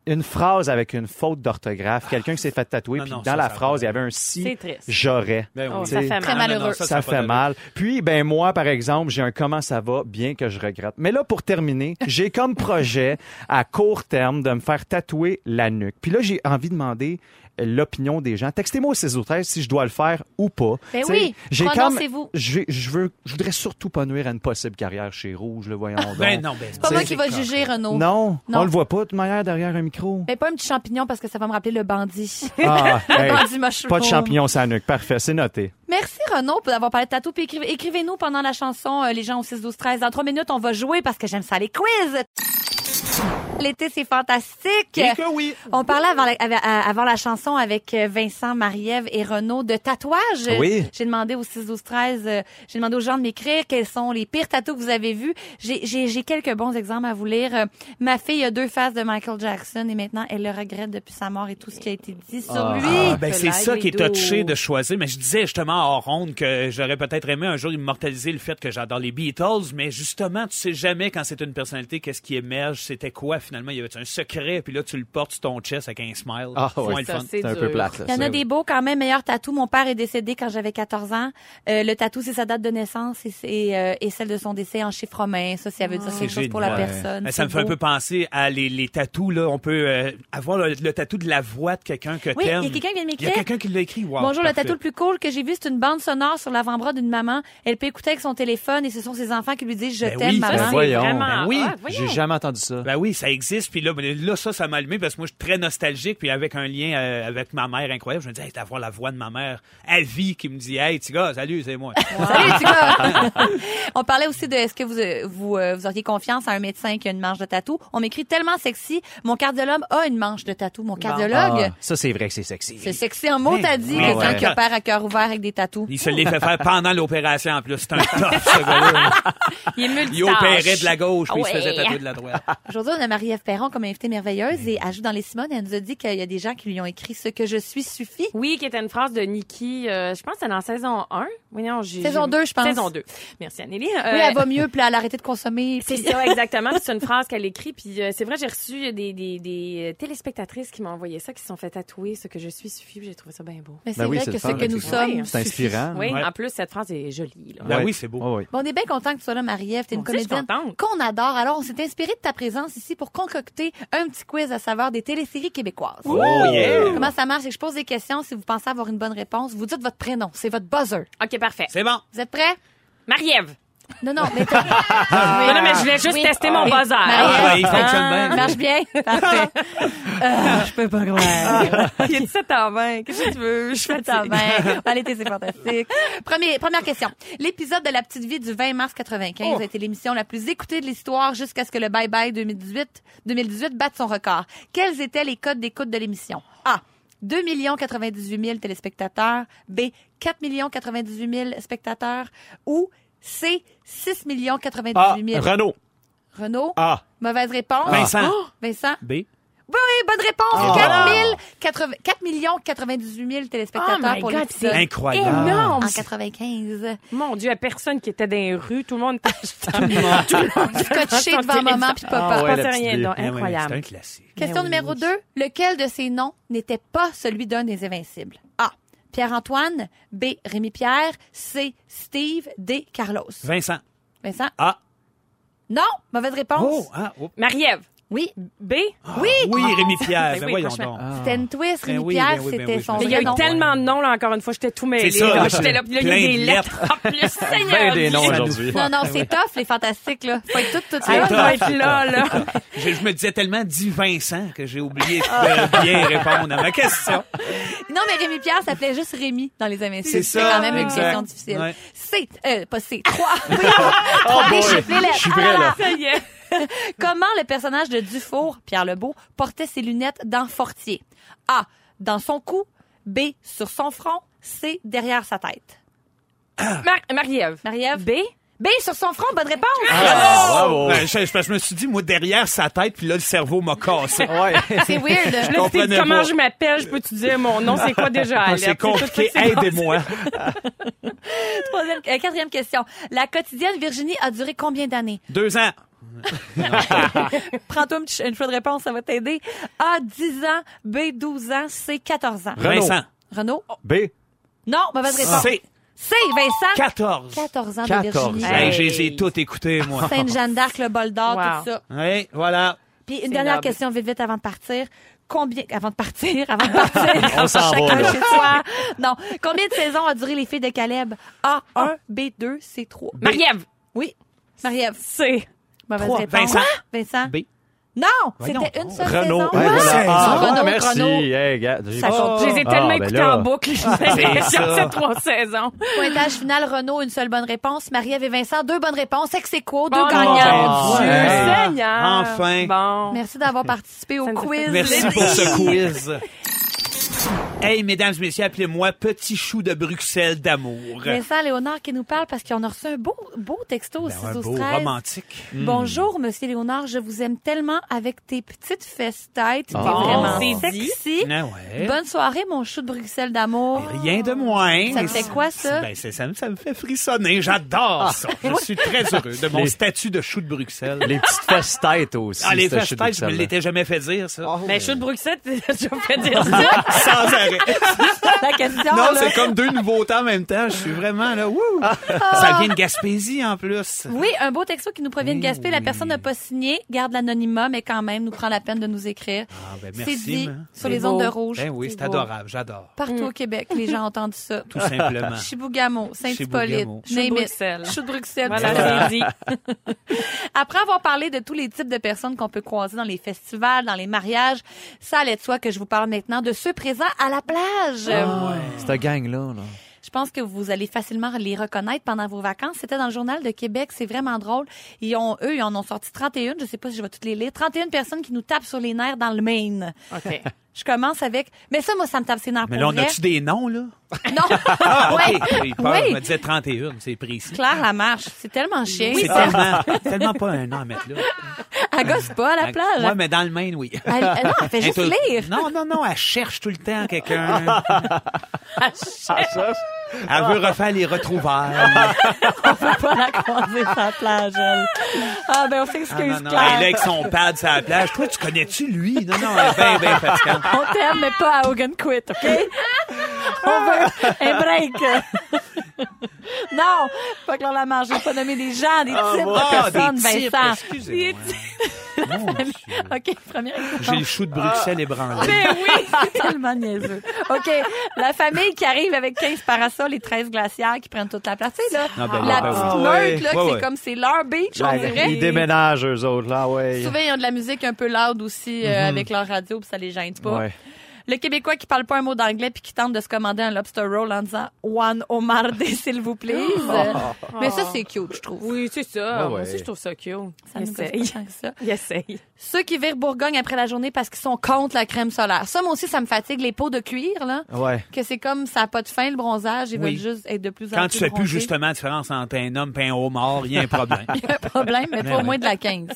[SPEAKER 2] Une phrase avec une faute d'orthographe, quelqu'un qui s'est fait tatouer,
[SPEAKER 4] Ah, Non,
[SPEAKER 2] puis
[SPEAKER 4] non,
[SPEAKER 2] dans
[SPEAKER 4] ça,
[SPEAKER 2] la
[SPEAKER 4] ça
[SPEAKER 2] phrase, il y
[SPEAKER 4] va.
[SPEAKER 2] avait un si
[SPEAKER 3] C'est triste.
[SPEAKER 2] j'aurais.
[SPEAKER 4] Ben
[SPEAKER 3] Oh,
[SPEAKER 4] oui.
[SPEAKER 3] ça
[SPEAKER 2] C'est
[SPEAKER 3] fait
[SPEAKER 1] très
[SPEAKER 3] mal.
[SPEAKER 1] malheureux.
[SPEAKER 4] ça,
[SPEAKER 2] Ça, fait
[SPEAKER 4] pas de-
[SPEAKER 2] mal. Puis, ben moi, par exemple, j'ai un comment ça va, bien que je regrette. Mais là,
[SPEAKER 4] [laughs]
[SPEAKER 2] pour terminer, j'ai comme projet à court terme de me faire tatouer la nuque. Puis là, j'ai envie de demander euh, l'opinion des gens. Textez-moi au 16 ou 13 si je dois le faire ou pas.
[SPEAKER 1] Ben
[SPEAKER 2] Tu sais,
[SPEAKER 1] oui,
[SPEAKER 2] j'ai comme-
[SPEAKER 1] prononcez-vous.
[SPEAKER 2] j'ai- Je veux, je voudrais surtout pas nuire à une possible carrière chez Rouge, le voyons donc.
[SPEAKER 4] Ben non, ben
[SPEAKER 1] C'est pas moi qui
[SPEAKER 4] c'est
[SPEAKER 1] va
[SPEAKER 4] correct.
[SPEAKER 1] juger, Renaud.
[SPEAKER 2] Non,
[SPEAKER 1] Non.
[SPEAKER 2] on le voit pas de toute manière derrière un micro.
[SPEAKER 1] Mais pas un petit champignon parce que ça va me rappeler le bandit.
[SPEAKER 2] Ah, hey,
[SPEAKER 1] bandit mushroom.
[SPEAKER 2] pas de champignons sur la nuque. Parfait, c'est noté.
[SPEAKER 1] Merci Renaud pour d'avoir parlé de tatou. Puis écrivez- écrivez-nous pendant la chanson, euh, les gens au 6 12 13. Dans trois minutes, on va jouer parce que j'aime ça les quiz. L'été, c'est fantastique.
[SPEAKER 4] Et Eh que oui.
[SPEAKER 1] On parlait avant la, av- à- avant la chanson avec euh, Vincent, Marie-Ève et Renaud de tatouage.
[SPEAKER 2] Oui.
[SPEAKER 1] J'ai demandé au 6 12 13, euh, j'ai demandé aux gens de m'écrire quels sont les pires tatous que vous avez vus. J'ai- J'ai j'ai quelques bons exemples à vous lire. Euh, ma fille a deux faces de Michael Jackson et maintenant elle le regrette depuis sa mort et tout ce qui a été dit sur
[SPEAKER 2] Ah.
[SPEAKER 1] lui.
[SPEAKER 4] Ah, ben c'est
[SPEAKER 3] Live
[SPEAKER 4] ça qui est
[SPEAKER 3] Lido.
[SPEAKER 4] touché de choisir. Mais je disais justement hors honte que j'aurais peut-être aimé un jour immortaliser le fait que j'adore les Beatles, mais justement, tu sais jamais quand c'est une personnalité, qu'est-ce qui émerge, c'était quoi finalement, il y avait un secret, puis là tu le portes sur ton chest avec un smile.
[SPEAKER 2] Ah,
[SPEAKER 4] C'est
[SPEAKER 2] ouais.
[SPEAKER 4] moins le
[SPEAKER 3] ça,
[SPEAKER 4] fun.
[SPEAKER 3] c'est
[SPEAKER 2] C'est un
[SPEAKER 3] dur.
[SPEAKER 2] peu plate. là,
[SPEAKER 1] Il y en
[SPEAKER 2] ça,
[SPEAKER 1] a
[SPEAKER 2] oui.
[SPEAKER 1] des beaux quand même. Meilleur tatou. Mon père est décédé quand j'avais 14 ans. Euh, le tatou, c'est sa date de naissance et, c'est- et, euh, et celle de son décès en chiffre romain. Ça, ça veut dire quelque chose pour la
[SPEAKER 4] Ah. génial.
[SPEAKER 1] personne.
[SPEAKER 4] Ben, ça
[SPEAKER 1] C'est
[SPEAKER 4] me fait un
[SPEAKER 1] beau.
[SPEAKER 4] peu penser à les, les tatous, là. On peut euh, avoir le, le tatou de la voix de quelqu'un que
[SPEAKER 1] Oui, il y a
[SPEAKER 4] t'aimes.
[SPEAKER 1] quelqu'un qui vient de
[SPEAKER 4] Il y a
[SPEAKER 1] m'écrire.
[SPEAKER 4] quelqu'un qui l'a écrit. Wow,
[SPEAKER 1] Bonjour,
[SPEAKER 4] parfait.
[SPEAKER 1] le tatou le plus cool que j'ai vu, c'est une bande sonore sur l'avant-bras d'une maman. Elle peut écouter avec son téléphone et ce sont ses enfants qui lui disent Je
[SPEAKER 4] Ben
[SPEAKER 1] t'aime,
[SPEAKER 4] oui, ça,
[SPEAKER 1] maman.
[SPEAKER 2] Ben voyons.
[SPEAKER 4] Ben oui,
[SPEAKER 3] Ah, voyons.
[SPEAKER 2] J'ai jamais entendu ça.
[SPEAKER 4] Ben oui, ça existe. Puis là, ben là, ça, ça m'a allumé parce que moi, je suis très nostalgique. Puis avec un lien euh, avec ma mère incroyable, je me dis, hey, d'avoir la voix de ma mère à vie qui me dit, hey, petit gars, salut, c'est moi.
[SPEAKER 1] Salut, les petits gars!
[SPEAKER 4] [laughs]
[SPEAKER 1] On parlait aussi de est-ce que vous, euh, vous, euh, vous auriez confiance à un médecin qui a une manche de tatou. On m'écrit tellement sexy. Mon cardiologue a une manche de tatou. Mon cardiologue.
[SPEAKER 2] Ah, ça, c'est vrai que c'est sexy. Ben
[SPEAKER 1] C'est sexy en mots,
[SPEAKER 4] Mais
[SPEAKER 1] t'as dit,
[SPEAKER 4] oui.
[SPEAKER 1] quelqu'un
[SPEAKER 2] Ah ouais.
[SPEAKER 1] qui opère à cœur ouvert avec des tatous.
[SPEAKER 4] Il se l'est fait faire pendant l'opération en plus. C'est un top, ce
[SPEAKER 1] [laughs]
[SPEAKER 4] gars-là.
[SPEAKER 3] Il est multitâche.
[SPEAKER 4] Il opérait de la gauche, puis il
[SPEAKER 3] Ouais.
[SPEAKER 4] se faisait tatouer de la droite.
[SPEAKER 1] Aujourd'hui, on a Marie-Ève Perron comme invitée merveilleuse et elle joue dans Les Simones. Elle nous a dit qu'il y a des gens qui lui ont écrit « Ce que je suis suffit
[SPEAKER 3] Oui, qui était une phrase de Nikki, euh, je pense que c'est dans saison 1. Voyons, j'ai-
[SPEAKER 1] Saison
[SPEAKER 3] j'ai-
[SPEAKER 1] 2, je pense.
[SPEAKER 3] Saison 2. Merci, Anneli. Euh, ».
[SPEAKER 1] Oui, elle va mieux, puis elle a arrêté de consommer.
[SPEAKER 3] [laughs] C'est
[SPEAKER 1] puis- [laughs]
[SPEAKER 3] ça, exactement. Puis C'est une phrase qu'elle écrit. Puis euh, c'est vrai, j'ai reçu des, des, des euh, téléspectatrices qui m'ont envoyé ça, qui se sont fait tatouer ce que je suis suffit. Puis J'ai trouvé ça bien beau.
[SPEAKER 1] Mais c'est
[SPEAKER 2] Ben oui,
[SPEAKER 1] vrai
[SPEAKER 2] c'est
[SPEAKER 1] que
[SPEAKER 2] le
[SPEAKER 1] ce
[SPEAKER 2] fun,
[SPEAKER 1] que nous
[SPEAKER 3] c'est
[SPEAKER 1] sommes
[SPEAKER 3] vrai.
[SPEAKER 2] C'est
[SPEAKER 1] suffit.
[SPEAKER 2] inspirant.
[SPEAKER 3] Oui,
[SPEAKER 4] Ouais.
[SPEAKER 3] en plus, cette phrase est jolie. Là.
[SPEAKER 4] Ben oui, c'est beau.
[SPEAKER 2] Ah, Ouais, ouais.
[SPEAKER 1] Bon, on est bien content que tu sois là, Marie-Ève. T'es une
[SPEAKER 3] Mon Dieu, je suis
[SPEAKER 1] comédienne
[SPEAKER 3] contente.
[SPEAKER 1] qu'on adore. Alors, on s'est inspiré de ta présence ici pour concocter un petit quiz à saveur des téléséries québécoises.
[SPEAKER 4] Oh, yeah!
[SPEAKER 1] Comment ça marche? C'est que je pose des questions. Si vous pensez avoir une bonne réponse, vous dites votre prénom. C'est votre buzzer.
[SPEAKER 3] OK, parfait.
[SPEAKER 4] C'est bon.
[SPEAKER 1] Vous êtes prêts?
[SPEAKER 3] Marie-Ève.
[SPEAKER 1] Non, non, mais. t'as-
[SPEAKER 3] Mais non, mais je voulais juste
[SPEAKER 1] Oui.
[SPEAKER 3] tester mon
[SPEAKER 1] Oui.
[SPEAKER 3] buzzer.
[SPEAKER 1] Marie-
[SPEAKER 4] Ah, il fonctionne bien. lui.
[SPEAKER 1] Marche bien?
[SPEAKER 3] [laughs]
[SPEAKER 1] Parfait. Euh, je peux pas croire.
[SPEAKER 3] Ah. Il est 17 h 20. Qu'est-ce que tu veux? Je fais
[SPEAKER 1] Attends, ben, allez, t'es- c'est fantastique. Premier, première question. L'épisode de La Petite Vie du 20 mars
[SPEAKER 3] Oh.
[SPEAKER 1] 95 a été l'émission la plus écoutée de l'histoire jusqu'à ce que le Bye Bye 2018, 2018 batte son record. Quels étaient les codes d'écoute de l'émission? A. 2 98 000 téléspectateurs. B. 4 98 000 spectateurs. Ou C. 6
[SPEAKER 2] Ah,
[SPEAKER 1] 98 000.
[SPEAKER 2] Renaud.
[SPEAKER 1] Renaud?
[SPEAKER 2] Ah.
[SPEAKER 1] Mauvaise réponse.
[SPEAKER 4] Vincent.
[SPEAKER 1] Oh, Vincent?
[SPEAKER 4] B.
[SPEAKER 1] Oui, oui, bonne réponse.
[SPEAKER 2] Ah.
[SPEAKER 1] 4, 000, 80 4 millions 98 000 téléspectateurs
[SPEAKER 3] Oh my
[SPEAKER 1] pour
[SPEAKER 3] God,
[SPEAKER 1] l'épisode
[SPEAKER 3] c'est
[SPEAKER 4] Incroyable.
[SPEAKER 3] Énorme.
[SPEAKER 1] en 95.
[SPEAKER 3] Mon Dieu, il y a personne qui était dans les rues. Tout le monde était Ah.
[SPEAKER 1] Scotché
[SPEAKER 3] [laughs]
[SPEAKER 1] devant maman puis papa.
[SPEAKER 2] Ah ouais,
[SPEAKER 3] Je
[SPEAKER 2] la
[SPEAKER 3] pensais rien
[SPEAKER 2] petite
[SPEAKER 3] donc.
[SPEAKER 4] Eh oui, C'est
[SPEAKER 3] Incroyable.
[SPEAKER 4] un classique.
[SPEAKER 1] Question
[SPEAKER 3] Ben oui.
[SPEAKER 1] numéro 2. Lequel de ces noms n'était pas celui d'un des Invincibles? A. Pierre-Antoine. B. Rémi-Pierre. C. Steve. D. Carlos.
[SPEAKER 4] Vincent.
[SPEAKER 1] Vincent?
[SPEAKER 4] A.
[SPEAKER 1] Non! Mauvaise réponse.
[SPEAKER 4] Oh, ah, oh.
[SPEAKER 3] Marie-Ève.
[SPEAKER 1] Oui.
[SPEAKER 3] B.
[SPEAKER 1] Oui!
[SPEAKER 4] Oui, Rémi Pierre.
[SPEAKER 3] Ben
[SPEAKER 4] Ben
[SPEAKER 3] oui,
[SPEAKER 4] voyons
[SPEAKER 3] franchement.
[SPEAKER 4] donc.
[SPEAKER 1] C'était une twist.
[SPEAKER 4] Ben oui,
[SPEAKER 1] Rémi-Pierre,
[SPEAKER 4] ben oui, ben
[SPEAKER 1] c'était
[SPEAKER 4] oui, je
[SPEAKER 1] son
[SPEAKER 4] me
[SPEAKER 3] Ah. Il y a
[SPEAKER 1] vrai
[SPEAKER 3] eu
[SPEAKER 1] nom.
[SPEAKER 3] tellement de noms, là, encore une fois. J'étais tout mêlé.
[SPEAKER 4] C'est ça,
[SPEAKER 3] là.
[SPEAKER 4] là,
[SPEAKER 3] J'étais là, puis là, il y a
[SPEAKER 4] plein
[SPEAKER 3] des
[SPEAKER 4] de
[SPEAKER 3] lettres. En plus,
[SPEAKER 2] Ben
[SPEAKER 3] Seigneur.
[SPEAKER 2] des noms
[SPEAKER 3] Dieu.
[SPEAKER 2] aujourd'hui.
[SPEAKER 1] Non, non, c'est
[SPEAKER 4] Ah
[SPEAKER 1] tough, les fantastiques, là. Faut être tout, tout
[SPEAKER 3] Ah,
[SPEAKER 1] là.
[SPEAKER 3] on doit être là, là.
[SPEAKER 4] [laughs] Je, je me disais tellement dit Vincent que j'ai oublié de bien répondre à ma question.
[SPEAKER 1] Non, mais Rémi Pierre s'appelait juste Rémi dans les Invincibles.
[SPEAKER 4] C'est ça,
[SPEAKER 1] quand même une
[SPEAKER 4] exact.
[SPEAKER 1] question difficile.
[SPEAKER 4] Ouais.
[SPEAKER 1] C, euh, pas C, 3.
[SPEAKER 4] [laughs]
[SPEAKER 1] Trois
[SPEAKER 2] Oh, boy,
[SPEAKER 1] B, chiffre les
[SPEAKER 2] je
[SPEAKER 1] lettres.
[SPEAKER 2] suis prêt,
[SPEAKER 1] Ah,
[SPEAKER 2] là.
[SPEAKER 3] Ça y est.
[SPEAKER 1] Comment le personnage de Dufour, Pierre Lebeau, portait ses lunettes dans Fortier? A. Dans son cou. B. Sur son front. C. Derrière sa tête.
[SPEAKER 3] Mar- Marie-Ève.
[SPEAKER 1] Marie-Ève?
[SPEAKER 3] B.
[SPEAKER 1] B. Sur son front, bonne réponse.
[SPEAKER 2] Ah, bravo.
[SPEAKER 4] Ben, je, je- je me suis dit, moi, derrière sa tête, puis là, le cerveau m'a cassé.
[SPEAKER 2] Ouais.
[SPEAKER 4] [laughs]
[SPEAKER 1] C'est weird.
[SPEAKER 3] Là, tu t'es
[SPEAKER 4] comprenais
[SPEAKER 3] dit, comment
[SPEAKER 4] pas. Ah,
[SPEAKER 3] je m'appelle, je peux te dire mon nom, c'est quoi déjà Alerte?
[SPEAKER 4] C'est
[SPEAKER 3] tout ça
[SPEAKER 4] compliqué,
[SPEAKER 3] que Ah, c'est
[SPEAKER 4] aidez-moi.
[SPEAKER 1] Troisième- euh, quatrième question. La quotidienne Virginie a duré combien d'années?
[SPEAKER 4] Deux ans.
[SPEAKER 1] Prends-toi un petit- une fois de réponse, ça va t'aider. A. 10 ans. B. 12 ans. C. 14 ans.
[SPEAKER 2] Renaud.
[SPEAKER 4] Vincent.
[SPEAKER 1] Renaud?
[SPEAKER 2] B.
[SPEAKER 1] Non, mauvaise réponse.
[SPEAKER 4] C'est
[SPEAKER 1] C'est Vincent.
[SPEAKER 4] 14.
[SPEAKER 1] 14 ans
[SPEAKER 2] 14
[SPEAKER 1] de
[SPEAKER 4] Ben,
[SPEAKER 1] Virginie. Euh,
[SPEAKER 3] ans.
[SPEAKER 4] j'ai- J'ai tout écouté, moi.
[SPEAKER 1] Sainte-Jeanne d'Arc, le bol d'or,
[SPEAKER 3] Wow.
[SPEAKER 1] tout ça.
[SPEAKER 4] Oui, voilà.
[SPEAKER 1] Puis une
[SPEAKER 3] C'est
[SPEAKER 1] dernière
[SPEAKER 3] noble.
[SPEAKER 1] question, vite, vite, avant de partir. Combien, avant de partir, [laughs] avant de partir,
[SPEAKER 2] On s'en va,
[SPEAKER 1] chacun
[SPEAKER 2] là.
[SPEAKER 1] chez soi. Non. Combien de saisons a duré les filles de Caleb? A1, B2, C3.
[SPEAKER 3] Marie-Ève.
[SPEAKER 1] Oui. Marie-Ève.
[SPEAKER 3] C.
[SPEAKER 1] Mauvaise
[SPEAKER 4] Trois.
[SPEAKER 1] réponse.
[SPEAKER 4] Vincent.
[SPEAKER 1] Vincent.
[SPEAKER 4] B.
[SPEAKER 1] Non!
[SPEAKER 4] Voyons
[SPEAKER 1] C'était
[SPEAKER 4] donc.
[SPEAKER 1] une seule
[SPEAKER 2] Renaud.
[SPEAKER 1] saison.
[SPEAKER 2] Ouais,
[SPEAKER 1] Ouais.
[SPEAKER 2] voilà. Ah,
[SPEAKER 1] Renaud,
[SPEAKER 2] merci.
[SPEAKER 1] Renaud.
[SPEAKER 2] Hey, regarde, j'ai-
[SPEAKER 1] Ça compte.
[SPEAKER 3] Je les ai
[SPEAKER 2] Ah,
[SPEAKER 3] tellement
[SPEAKER 2] ben
[SPEAKER 3] écoutés
[SPEAKER 2] là.
[SPEAKER 3] en boucle. J'ai
[SPEAKER 4] Ah, ça.
[SPEAKER 3] ces trois saisons.
[SPEAKER 1] Pointage final, Renaud, une seule bonne réponse. Marie-Ève et Vincent, deux bonnes réponses. Ex aequo, deux
[SPEAKER 3] Bon, ben,
[SPEAKER 1] gagnants.
[SPEAKER 3] mon Dieu,
[SPEAKER 4] Ben Ouais.
[SPEAKER 3] Seigneur.
[SPEAKER 4] Enfin.
[SPEAKER 3] hein. Bon.
[SPEAKER 1] Merci d'avoir participé au
[SPEAKER 3] Ça nous a fait
[SPEAKER 1] quiz.
[SPEAKER 4] Merci
[SPEAKER 1] Lady.
[SPEAKER 4] pour ce quiz. Hey, mesdames, messieurs, appelez-moi Petit Chou de Bruxelles d'amour.
[SPEAKER 1] [laughs] Vincent Léonard qui nous parle parce qu'on a reçu un beau, beau texto au
[SPEAKER 4] Ben, un
[SPEAKER 1] 6
[SPEAKER 4] beau Hmm.
[SPEAKER 1] 13.
[SPEAKER 4] romantique.
[SPEAKER 1] Bonjour, Monsieur Léonard, je vous aime tellement avec tes petites fesses têtes. T'es
[SPEAKER 2] Bon,
[SPEAKER 1] vraiment
[SPEAKER 3] c'est dit.
[SPEAKER 1] sexy.
[SPEAKER 4] Ah ouais.
[SPEAKER 1] Bonne soirée, mon chou de Bruxelles d'amour.
[SPEAKER 4] Rien de moins.
[SPEAKER 1] Ça te fait quoi, ça? Ah.
[SPEAKER 4] Ben, c'est- ça, me- ça me fait frissonner. J'adore ça. Je suis très heureux de mon
[SPEAKER 2] Les-
[SPEAKER 4] statut de chou de Bruxelles.
[SPEAKER 2] Les petites fesses têtes aussi.
[SPEAKER 4] ah, les
[SPEAKER 2] c'était
[SPEAKER 4] fesses
[SPEAKER 2] chez
[SPEAKER 4] têtes, je me
[SPEAKER 2] Bruxelles.
[SPEAKER 4] l'étais jamais fait dire, ça.
[SPEAKER 3] Mais je suis de Ben, Bruxelles, [laughs] t'as déjà
[SPEAKER 1] [laughs]
[SPEAKER 3] fait dire
[SPEAKER 4] [laughs]
[SPEAKER 3] ça.
[SPEAKER 4] Sans arrêt.
[SPEAKER 1] La question,
[SPEAKER 4] Non,
[SPEAKER 1] Ah. là. Ah.
[SPEAKER 4] c'est comme deux nouveaux temps en même temps. Je suis vraiment là. Wouh! Ça vient de Gaspésie, en plus.
[SPEAKER 1] Oui, un beau texto qui nous provient de Gaspé. La personne n'a pas signé, garde l'anonymat, mais quand même nous prend la peine de nous écrire.
[SPEAKER 4] Ah, ben,
[SPEAKER 1] c'est dit
[SPEAKER 4] merci. ma.
[SPEAKER 1] sur les
[SPEAKER 3] beau.
[SPEAKER 1] ondes de rouge.
[SPEAKER 4] Ben oui, c'est adorable. J'adore.
[SPEAKER 1] Partout au Québec, les gens ont entendu ça. [laughs]
[SPEAKER 4] Tout simplement.
[SPEAKER 1] Chibougamau, Saint-Hippolyte,
[SPEAKER 4] Chibougamau.
[SPEAKER 1] name it.
[SPEAKER 3] Chou de Bruxelles.
[SPEAKER 1] Chou de Bruxelles.
[SPEAKER 3] Voilà, j'ai dit.
[SPEAKER 1] Après avoir parlé de tous les types de personnes qu'on peut croiser dans les festivals, dans les mariages, ça allait de soi que je vous parle maintenant de ceux présents à la plage.
[SPEAKER 2] Cette gang-là, là.
[SPEAKER 1] Je pense que vous allez facilement les reconnaître pendant vos vacances. C'était dans le journal de Québec. C'est vraiment drôle. Ils ont, eux, ils en ont sorti 31. Je sais pas si je vais toutes les lire. 31 personnes qui nous tapent sur les nerfs dans le Maine.
[SPEAKER 3] OK.
[SPEAKER 1] Je commence avec, mais ça, moi, ça me tape ses nerfs
[SPEAKER 4] Mais là,
[SPEAKER 1] pour
[SPEAKER 4] on
[SPEAKER 1] vrai.
[SPEAKER 4] a-tu des noms, là?
[SPEAKER 1] [laughs] Non.
[SPEAKER 4] [laughs] Ah,
[SPEAKER 1] Ouais.
[SPEAKER 4] OK. J'ai peur.
[SPEAKER 1] Oui.
[SPEAKER 4] Je me disais 31, c'est précis.
[SPEAKER 1] Claire la marche. C'est tellement chien.
[SPEAKER 4] C'est
[SPEAKER 1] ça.
[SPEAKER 4] tellement, tellement pas un an à mettre là.
[SPEAKER 1] Elle gosse pas à la plage.
[SPEAKER 4] Ouais, mais dans le Maine, oui.
[SPEAKER 1] Elle, euh, non, elle fait juste
[SPEAKER 4] Elle est tout-
[SPEAKER 1] lire.
[SPEAKER 4] Non, non, non, elle cherche tout le temps quelqu'un.
[SPEAKER 1] [laughs]
[SPEAKER 2] Ah,
[SPEAKER 4] elle veut refaire
[SPEAKER 1] [laughs]
[SPEAKER 4] les
[SPEAKER 1] Ah,
[SPEAKER 4] retrouvailles.
[SPEAKER 5] pas la croiser sur la plage, elle. Ah, ben, on s'excuse,
[SPEAKER 4] Ah, non, non,
[SPEAKER 5] Claire.
[SPEAKER 4] Elle est avec son pad sur la plage. Toi, tu connais-tu lui? Non, non, elle est bien, bien fatigante.
[SPEAKER 1] [laughs]
[SPEAKER 5] On t'aime, mais pas à Hogan Quit, OK? On veut un
[SPEAKER 1] [laughs]
[SPEAKER 5] break.
[SPEAKER 1] Non, pas que l'on la mange. J'ai pas nommé des gens, des types de
[SPEAKER 4] Ah,
[SPEAKER 1] personnes,
[SPEAKER 4] des types,
[SPEAKER 1] Vincent.
[SPEAKER 4] excusez-moi. Mon Dieu.
[SPEAKER 1] OK, première
[SPEAKER 4] J'ai le chou de Bruxelles ébranlé.
[SPEAKER 1] Mais oui, Ah. c'est tellement niaiseux. OK, la famille qui arrive avec 15 parasols et 13 glacières qui prennent toute la place. Tu sais, là,
[SPEAKER 4] Ah, ben
[SPEAKER 1] la
[SPEAKER 4] là, ben
[SPEAKER 1] petite
[SPEAKER 2] oui.
[SPEAKER 1] meute, là,
[SPEAKER 4] Ouais,
[SPEAKER 1] que c'est
[SPEAKER 4] ouais.
[SPEAKER 1] comme c'est leur beach, on dirait.
[SPEAKER 2] Ils déménagent, eux autres, là, ouais.
[SPEAKER 1] Souvent, ils ont de la musique un peu loud aussi euh,
[SPEAKER 4] Mhm.
[SPEAKER 1] avec leur radio, puis ça les gêne pas.
[SPEAKER 2] Ouais.
[SPEAKER 1] Le Québécois qui parle pas un mot d'anglais puis qui tente de se commander un lobster roll en disant One Omar [laughs] Day, s'il vous plaît.
[SPEAKER 4] Oh!
[SPEAKER 1] Euh, Mais ça, c'est cute, je trouve.
[SPEAKER 3] Oui, c'est ça.
[SPEAKER 2] Ouais,
[SPEAKER 3] Moi
[SPEAKER 2] ouais.
[SPEAKER 3] aussi, je trouve ça cute.
[SPEAKER 1] Ça
[SPEAKER 3] Il
[SPEAKER 1] nous gosse pas
[SPEAKER 3] essaye.
[SPEAKER 1] tant que ça.
[SPEAKER 3] Il [laughs] essaye.
[SPEAKER 1] Ceux qui virent Bourgogne après la journée parce qu'ils sont contre la crème solaire. Ça, moi aussi, ça me fatigue. Les pots de cuir, là,
[SPEAKER 2] Ouais.
[SPEAKER 1] que c'est comme ça n'a pas de fin, le bronzage. Ils
[SPEAKER 4] Oui.
[SPEAKER 1] veulent juste être de plus en
[SPEAKER 4] Quand
[SPEAKER 1] plus
[SPEAKER 4] tu fais plus
[SPEAKER 1] bronzés.
[SPEAKER 4] justement la différence entre un homme et un homard, il y a
[SPEAKER 1] [laughs]
[SPEAKER 4] un problème.
[SPEAKER 1] un problème, mais pas au moins de la 15.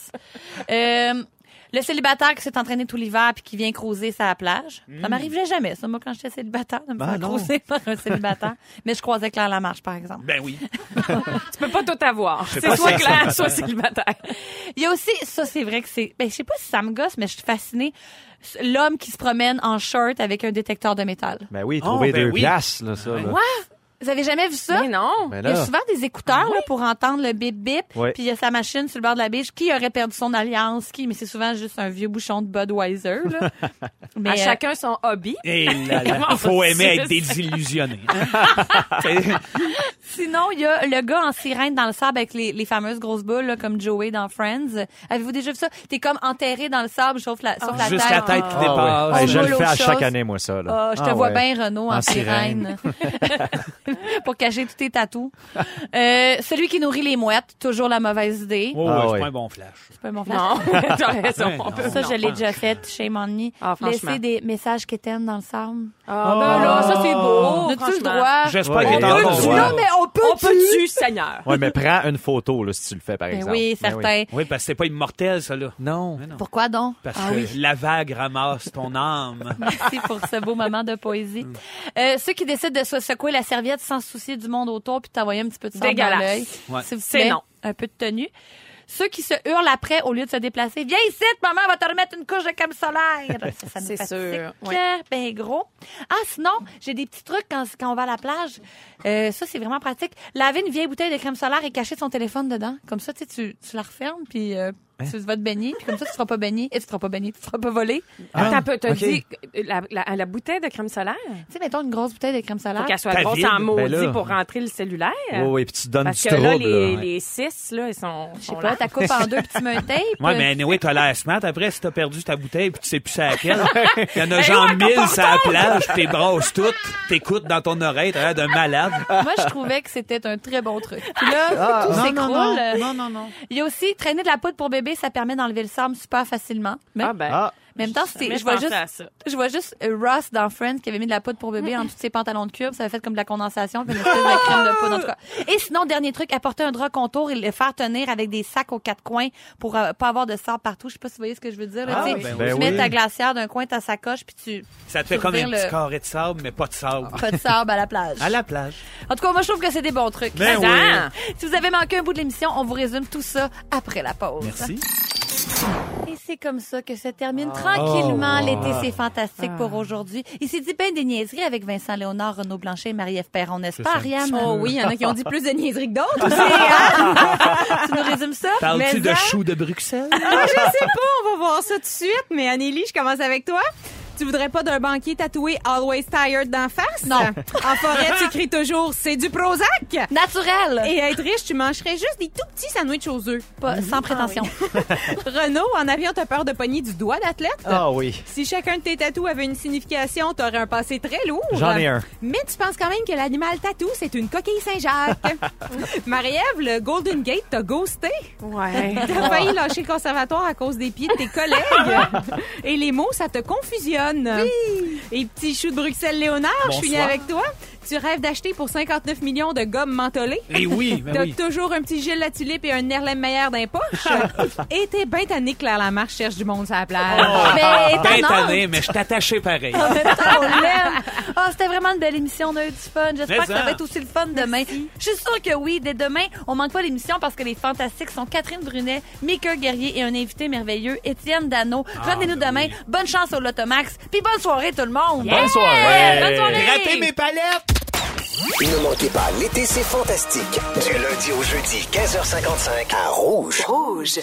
[SPEAKER 1] Euh, le célibataire qui s'est entraîné tout l'hiver puis qui vient croiser sa plage. Ça m'arrivait jamais, ça, moi, quand j'étais célibataire, de me
[SPEAKER 2] Hmm. Ben
[SPEAKER 1] faire
[SPEAKER 2] non.
[SPEAKER 1] croiser [laughs] par un célibataire. mais je croisais Claire Lamarche, par exemple.
[SPEAKER 4] ben oui.
[SPEAKER 3] Tu peux pas tout avoir.
[SPEAKER 4] pas
[SPEAKER 3] C'est soit
[SPEAKER 4] si
[SPEAKER 3] clair, soit célibataire.
[SPEAKER 1] Il y a aussi, ça, c'est vrai que c'est... Ben, je sais pas si ça me gosse, mais je suis fascinée. L'homme qui se promène en short avec un détecteur de métal.
[SPEAKER 2] Ben oui, Ah,
[SPEAKER 4] Oh,
[SPEAKER 2] trouver
[SPEAKER 4] ben
[SPEAKER 2] deux
[SPEAKER 4] oui.
[SPEAKER 2] places, là, ça. Là.
[SPEAKER 1] Quoi? Vous avez jamais vu ça?
[SPEAKER 3] Mais non.
[SPEAKER 2] Ben
[SPEAKER 1] Il y a
[SPEAKER 2] là.
[SPEAKER 1] souvent des écouteurs là, pour entendre le bip bip,
[SPEAKER 2] Ouais.
[SPEAKER 1] puis il y a sa machine sur le bord de la biche. Qui aurait perdu son alliance Qui Mais c'est souvent juste un vieux bouchon de Budweiser.
[SPEAKER 3] [laughs]
[SPEAKER 1] Là. Mais
[SPEAKER 3] à
[SPEAKER 1] euh,
[SPEAKER 3] chacun son hobby.
[SPEAKER 4] Et là, là,
[SPEAKER 3] Comment
[SPEAKER 4] faut
[SPEAKER 3] ça,
[SPEAKER 4] aimer
[SPEAKER 3] c'est
[SPEAKER 1] [laughs]
[SPEAKER 4] être désillusionné.
[SPEAKER 1] sinon, il y a le gars en sirène dans le sable avec les, les fameuses grosses boules là, comme Joey dans Friends. Avez-vous déjà vu ça T'es comme enterré dans le sable, sauf la, sauf la
[SPEAKER 4] Juste la
[SPEAKER 1] tête.
[SPEAKER 4] tête qui
[SPEAKER 2] Ah, ouais.
[SPEAKER 4] dépasse.
[SPEAKER 2] Hey, je
[SPEAKER 1] On
[SPEAKER 2] le
[SPEAKER 1] vole
[SPEAKER 2] fais à
[SPEAKER 1] aux
[SPEAKER 2] chaque
[SPEAKER 1] choses.
[SPEAKER 2] année, moi, ça. Là.
[SPEAKER 1] Ah, je te
[SPEAKER 2] Ah,
[SPEAKER 1] vois
[SPEAKER 2] ouais.
[SPEAKER 1] bien, Renaud, en,
[SPEAKER 2] En
[SPEAKER 1] sirène. [laughs] Pour cacher tous tes tatous. Euh, celui qui nourrit les mouettes, toujours la mauvaise idée.
[SPEAKER 4] Oh,
[SPEAKER 2] Ah
[SPEAKER 4] ouais,
[SPEAKER 2] ouais.
[SPEAKER 4] c'est pas un bon flash.
[SPEAKER 1] C'est pas mon flash.
[SPEAKER 3] Non, [laughs] t'as raison.
[SPEAKER 4] Ouais,
[SPEAKER 2] Ah,
[SPEAKER 3] on peut-
[SPEAKER 1] Ah, Ça,
[SPEAKER 3] non.
[SPEAKER 1] je l'ai déjà fait chez Monny.
[SPEAKER 3] Ah, franchement.
[SPEAKER 1] Laisser des messages qui éteignent dans le sable.
[SPEAKER 3] Ah, ben là, ça, c'est beau.
[SPEAKER 1] N'as-tu le
[SPEAKER 3] franchement.
[SPEAKER 1] droit?
[SPEAKER 4] J'espère
[SPEAKER 2] Ouais,
[SPEAKER 4] qu'il est
[SPEAKER 2] on
[SPEAKER 4] en
[SPEAKER 2] peut
[SPEAKER 4] bon
[SPEAKER 2] le tuer,
[SPEAKER 4] droit.
[SPEAKER 2] non,
[SPEAKER 1] Ah. mais on peut
[SPEAKER 3] On peut-tu, Seigneur?
[SPEAKER 2] Ouais, mais prends une photo, là, si tu le fais, par
[SPEAKER 1] Ben
[SPEAKER 2] exemple.
[SPEAKER 1] oui,
[SPEAKER 2] Ben
[SPEAKER 1] certain.
[SPEAKER 4] Oui, parce que c'est pas immortel, ça, là.
[SPEAKER 2] Non.
[SPEAKER 4] Mais non.
[SPEAKER 1] Pourquoi donc?
[SPEAKER 4] Parce
[SPEAKER 1] ah
[SPEAKER 4] que
[SPEAKER 1] oui.
[SPEAKER 4] la vague ramasse ton âme.
[SPEAKER 1] [laughs] Merci pour ce beau moment de poésie. Euh, ceux qui décident de se secouer la serviette sans se soucier du monde autour puis de t'envoyer un petit peu de sable dans
[SPEAKER 3] Dégueulasse.
[SPEAKER 1] l'œil.
[SPEAKER 4] Ouais.
[SPEAKER 1] S'il vous
[SPEAKER 3] C'est
[SPEAKER 1] plaît,
[SPEAKER 3] non.
[SPEAKER 1] Un peu de tenue. Ceux qui se hurlent après au lieu de se déplacer. Viens ici, maman, on va te remettre une couche de crème
[SPEAKER 3] [laughs]
[SPEAKER 1] solaire. Ça, ça nous
[SPEAKER 3] C'est
[SPEAKER 1] fatigue.
[SPEAKER 3] sûr, oui.
[SPEAKER 1] Ben gros. Ah, sinon, j'ai des petits trucs quand, quand on va à la plage. Euh, ça, c'est vraiment pratique. Laver une vieille bouteille de crème solaire et cacher son téléphone dedans. Comme ça, tu, sais, tu, tu la refermes puis euh, tu vas te baigner. Puis comme ça, tu seras pas baigné. Et tu seras pas baigné. Tu seras pas volé.
[SPEAKER 3] Attends un peu, t'as
[SPEAKER 2] Ah. ok.
[SPEAKER 3] dit euh, la, la- la bouteille de crème solaire?
[SPEAKER 1] Tu sais, mettons une grosse bouteille de crème
[SPEAKER 3] Faut
[SPEAKER 1] solaire.
[SPEAKER 3] qu'elle soit
[SPEAKER 4] Ta
[SPEAKER 3] grosse
[SPEAKER 4] vide,
[SPEAKER 3] en
[SPEAKER 2] ben
[SPEAKER 3] maudit
[SPEAKER 2] là.
[SPEAKER 3] pour rentrer le cellulaire.
[SPEAKER 2] Oui, oui, puis tu donnes
[SPEAKER 3] Parce
[SPEAKER 2] du
[SPEAKER 3] que
[SPEAKER 2] trouble.
[SPEAKER 3] là, les,
[SPEAKER 2] là.
[SPEAKER 3] les six, là, ils sont,
[SPEAKER 1] Je
[SPEAKER 3] sont
[SPEAKER 1] sais pas,
[SPEAKER 3] là.
[SPEAKER 1] t'as coupe en deux, puis tu mets un tape.
[SPEAKER 4] [laughs] Ouais, mais anyway, t'as l'air smart. Après, si t'as perdu ta bouteille puis tu sais plus c'est laquelle, il y en a
[SPEAKER 3] Eh
[SPEAKER 4] genre
[SPEAKER 3] ouais,
[SPEAKER 4] mille
[SPEAKER 3] comporte-toi!
[SPEAKER 4] sur la plage, puis t'es brosses toutes, t'écoutes dans ton oreille, t'as l'air d'un malade.
[SPEAKER 1] Moi, je trouvais que c'était un très bon truc. Puis là, tout
[SPEAKER 2] non,
[SPEAKER 1] s'écroule.
[SPEAKER 2] non,
[SPEAKER 1] non, Il y a aussi traîner de la poudre pour bébé, ça permet d'enlever le sable super facilement. Mais
[SPEAKER 3] Ah ben,
[SPEAKER 2] Ah,
[SPEAKER 1] en même temps,
[SPEAKER 3] mais
[SPEAKER 1] c'est- je
[SPEAKER 3] je
[SPEAKER 1] vois
[SPEAKER 3] pensais
[SPEAKER 1] juste,
[SPEAKER 3] à ça.
[SPEAKER 1] je vois juste euh, Ross dans Friends qui avait mis de la poudre pour bébé en dessous de ses pantalons de cube. Ça avait fait comme de la condensation, puis une espèce de crème de poudre, en tout cas. Et sinon, dernier truc, apporter un drap contour et le faire tenir avec des sacs aux quatre coins pour euh, pas avoir de sable partout. Je sais pas si vous voyez ce que je veux dire. là,
[SPEAKER 4] Ah,
[SPEAKER 1] tu sais,
[SPEAKER 4] oui.
[SPEAKER 1] tu
[SPEAKER 2] Ben
[SPEAKER 1] mets
[SPEAKER 2] oui.
[SPEAKER 1] ta glacière d'un coin, ta sacoche, puis tu
[SPEAKER 4] Ça te fait comme un
[SPEAKER 1] Surveille
[SPEAKER 4] petit
[SPEAKER 1] le- Ah.
[SPEAKER 4] carré de sable, mais pas de sable.
[SPEAKER 1] pas de sable à la plage.
[SPEAKER 4] À la plage.
[SPEAKER 1] En tout cas, moi, je trouve que c'est des bons trucs.
[SPEAKER 4] Ben
[SPEAKER 1] Attends. Si vous avez manqué un bout de l'émission, on vous résume tout ça après la pause.
[SPEAKER 4] Merci.
[SPEAKER 1] Et c'est comme ça que se termine
[SPEAKER 4] Oh.
[SPEAKER 1] tranquillement l'été. C'est fantastique pour aujourd'hui. Il s'est dit ben des niaiseries avec Vincent Léonard, Renaud Blanchet et Marie-Ève Perron, n'est-ce pas, Ariane? Oh oui, il y en a qui ont dit plus de niaiseries que d'autres hein? [laughs] tu nous résumes ça?
[SPEAKER 4] Parles-tu
[SPEAKER 6] Mais
[SPEAKER 4] de
[SPEAKER 6] ça-
[SPEAKER 4] choux de Bruxelles?
[SPEAKER 6] Ah, je sais pas, on va voir ça tout de suite, mais Anneli, je commence avec toi. Tu voudrais pas d'un banquier tatoué Always Tired d'en face?
[SPEAKER 1] Non.
[SPEAKER 6] En forêt, tu cries toujours c'est du Prozac!
[SPEAKER 1] Naturel!
[SPEAKER 6] Et être riche, tu mangerais juste des tout petits sandwichs aux œufs.
[SPEAKER 1] Pas- sans prétention.
[SPEAKER 6] Renault, en avion, t'as peur de pogner du doigt d'athlète?
[SPEAKER 2] ah oui.
[SPEAKER 6] Si chacun de tes tatous avait une signification, t'aurais un passé très lourd.
[SPEAKER 2] J'en ai un.
[SPEAKER 6] Mais tu penses quand même que l'animal tatou, c'est une coquille
[SPEAKER 2] [laughs]
[SPEAKER 6] Saint-Jacques. Marie-Ève, le Golden Gate t'a ghosté.
[SPEAKER 3] Ouais. [laughs]
[SPEAKER 4] Ah.
[SPEAKER 6] T'as failli lâcher le conservatoire à cause des pieds de tes collègues.
[SPEAKER 4] [laughs]
[SPEAKER 6] Et les mots, ça te confusionne. Oui. Et petit chou de Bruxelles-Léonard, je suis née
[SPEAKER 4] Bonsoir.
[SPEAKER 6] avec toi. Tu rêves d'acheter pour 59 millions de gomme mentholée.
[SPEAKER 4] Eh oui,
[SPEAKER 6] T'as
[SPEAKER 4] ben oui.
[SPEAKER 6] toujours un petit Gilles la tulipe et un Erlem Meyer dans
[SPEAKER 4] [laughs]
[SPEAKER 6] les poches. et t'es bien tanné que Claire Lamarche cherche du monde sur la
[SPEAKER 1] Ah
[SPEAKER 6] plage.
[SPEAKER 1] Mais
[SPEAKER 4] Ben
[SPEAKER 1] étonnante.
[SPEAKER 4] tanné, mais je t'attachais pareil.
[SPEAKER 1] En même temps, on l'aime. Ah, c'était vraiment une belle émission. On a eu du fun. J'espère
[SPEAKER 4] Mais
[SPEAKER 1] que ça
[SPEAKER 2] hein.
[SPEAKER 4] ça.
[SPEAKER 1] va être aussi le fun demain. Je suis sûre que oui. Dès demain, on manque pas l'émission parce que les fantastiques sont Catherine Brunet, Mika Guerrier et un invité merveilleux, Étienne Dano.
[SPEAKER 2] Ah,
[SPEAKER 1] Rendez-nous demain. Bonne chance au Lotomax. Puis bonne soirée, tout le monde.
[SPEAKER 2] ben Bonne soirée.
[SPEAKER 1] ben, Bonne soirée.
[SPEAKER 4] Grattez mes palettes!
[SPEAKER 7] Ne manquez pas, l'été, c'est fantastique. Du lundi au jeudi, 15h55, à Rouge. Rouge.